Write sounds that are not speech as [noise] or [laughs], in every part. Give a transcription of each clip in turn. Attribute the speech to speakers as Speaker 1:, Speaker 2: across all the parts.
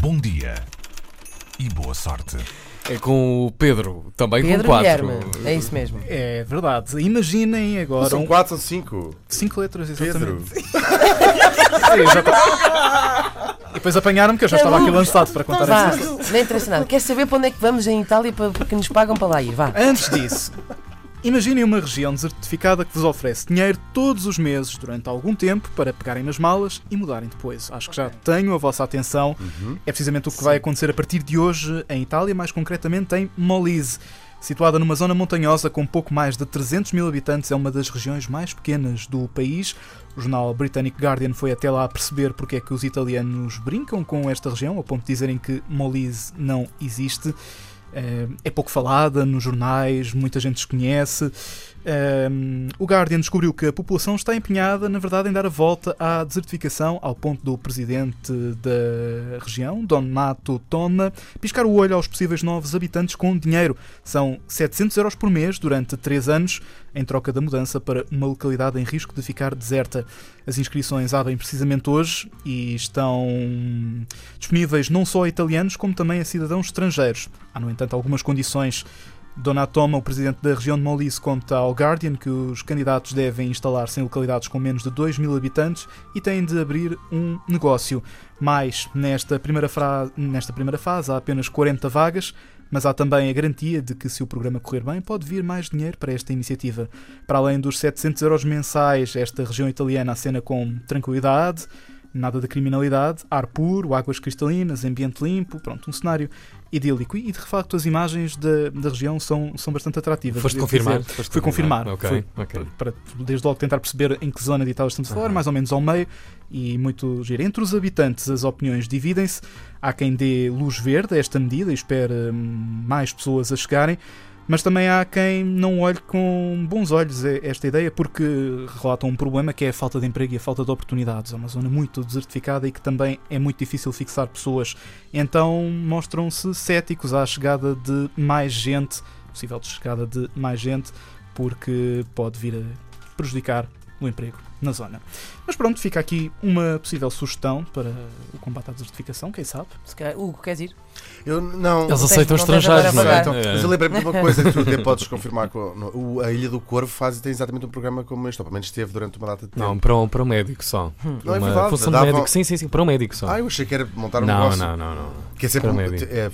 Speaker 1: Bom dia e boa sorte.
Speaker 2: É com o Pedro, também
Speaker 3: Pedro
Speaker 2: com quatro.
Speaker 3: Guilherme, é isso mesmo.
Speaker 4: É verdade. Imaginem agora.
Speaker 5: São
Speaker 4: um-
Speaker 5: quatro ou cinco.
Speaker 4: Cinco letras,
Speaker 5: Pedro.
Speaker 4: exatamente. Sim, já tá- [laughs] E depois apanharam-me que eu já estava aqui lançado para contar
Speaker 3: Vá,
Speaker 4: essa história.
Speaker 3: não interessa nada. Quer saber para onde é que vamos em Itália para, porque nos pagam para lá ir? Vá.
Speaker 4: Antes disso, imaginem uma região desertificada que vos oferece dinheiro todos os meses durante algum tempo para pegarem nas malas e mudarem depois. Acho que já tenho a vossa atenção. É precisamente o que vai acontecer a partir de hoje em Itália, mais concretamente em Molise. Situada numa zona montanhosa com pouco mais de 300 mil habitantes, é uma das regiões mais pequenas do país. O jornal britânico Guardian foi até lá perceber porque é que os italianos brincam com esta região, ao ponto de dizerem que Molise não existe. Eh, É pouco falada nos jornais, muita gente desconhece. Um, o Guardian descobriu que a população está empenhada, na verdade, em dar a volta à desertificação, ao ponto do presidente da região, Donato Tonna, piscar o olho aos possíveis novos habitantes com dinheiro. São 700 euros por mês durante 3 anos, em troca da mudança para uma localidade em risco de ficar deserta. As inscrições abrem precisamente hoje e estão disponíveis não só a italianos, como também a cidadãos estrangeiros. Há, no entanto, algumas condições. Dona Toma, o presidente da região de Molise, conta ao Guardian que os candidatos devem instalar-se em localidades com menos de 2 mil habitantes e têm de abrir um negócio. Mas, nesta primeira, fra- nesta primeira fase, há apenas 40 vagas, mas há também a garantia de que, se o programa correr bem, pode vir mais dinheiro para esta iniciativa. Para além dos 700 euros mensais, esta região italiana acena com tranquilidade, nada de criminalidade, ar puro, águas cristalinas, ambiente limpo, pronto, um cenário idílico. E de facto as imagens da, da região são, são bastante atrativas.
Speaker 2: Foste
Speaker 4: devo
Speaker 2: confirmar?
Speaker 4: dizer.
Speaker 2: Foste
Speaker 4: Fui confirmar.
Speaker 2: Ok,
Speaker 4: Fui
Speaker 2: ok.
Speaker 4: Para desde logo tentar perceber em que zona de Itália estamos a falar, mais ou menos ao meio, e muito giro. Entre os habitantes as opiniões dividem-se. Há quem dê luz verde a esta medida e espere hum, mais pessoas a chegarem. Mas também há quem não olhe com bons olhos e- esta ideia, porque relatam um problema que é a falta de emprego e a falta de oportunidades. É uma zona muito desertificada e que também é muito difícil fixar pessoas. Então mostram-se céticos à chegada de mais gente, possível de chegada de mais gente, porque pode vir a prejudicar o emprego na zona. Mas pronto, fica aqui uma possível sugestão para o combate à desertificação, quem sabe?
Speaker 3: Se calhar, Hugo, queres ir?
Speaker 5: Eu não.
Speaker 2: Eles
Speaker 3: Não tens-
Speaker 2: aceitam
Speaker 3: não tens
Speaker 2: estrangeiros, não
Speaker 3: agora a
Speaker 2: é?
Speaker 3: pagar.
Speaker 2: É.
Speaker 5: Mas eu lembrei-me de uma coisa que tu até podes confirmar. Com, no- o- a Ilha do Corvo faz e tem exatamente um programa como este, ou pelo menos teve durante uma data de tempo.
Speaker 2: Não, para um, para um médico só.
Speaker 3: Hum.
Speaker 5: Não é
Speaker 2: Uma
Speaker 5: verdade,
Speaker 2: função de
Speaker 5: dava-
Speaker 2: médico. Sim, sim, sim, para um médico só.
Speaker 5: Ah, eu achei que era montar um
Speaker 2: não,
Speaker 5: negócio.
Speaker 2: não, não, não.
Speaker 5: Que é sempre
Speaker 2: Para
Speaker 5: um.
Speaker 2: médio.
Speaker 5: é-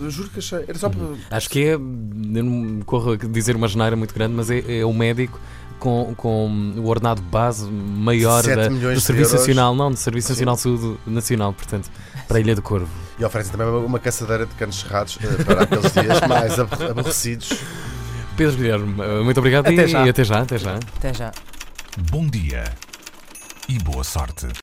Speaker 5: eu juro que achei. Era só para.
Speaker 2: Acho que é, eu não corro a dizer uma geneira muito grande, mas é, é o médico com, com o ordenado base maior
Speaker 5: Sete
Speaker 2: da-
Speaker 5: milhões
Speaker 2: do
Speaker 5: de
Speaker 2: Serviço
Speaker 5: euros.
Speaker 2: Nacional, não, do Serviço Nacional de Saúde Nacional, portanto, para a Ilha do Corvo.
Speaker 5: E oferecem também uma- uma caçadeira de canos cerrados eh, para
Speaker 2: [laughs]
Speaker 5: aqueles dias mais ab- aborrecidos.
Speaker 2: Pedro Guilherme, eh, muito obrigado
Speaker 4: Até
Speaker 2: e,
Speaker 4: já.
Speaker 2: e até já, até já.
Speaker 3: Até já.
Speaker 1: Bom dia e boa sorte.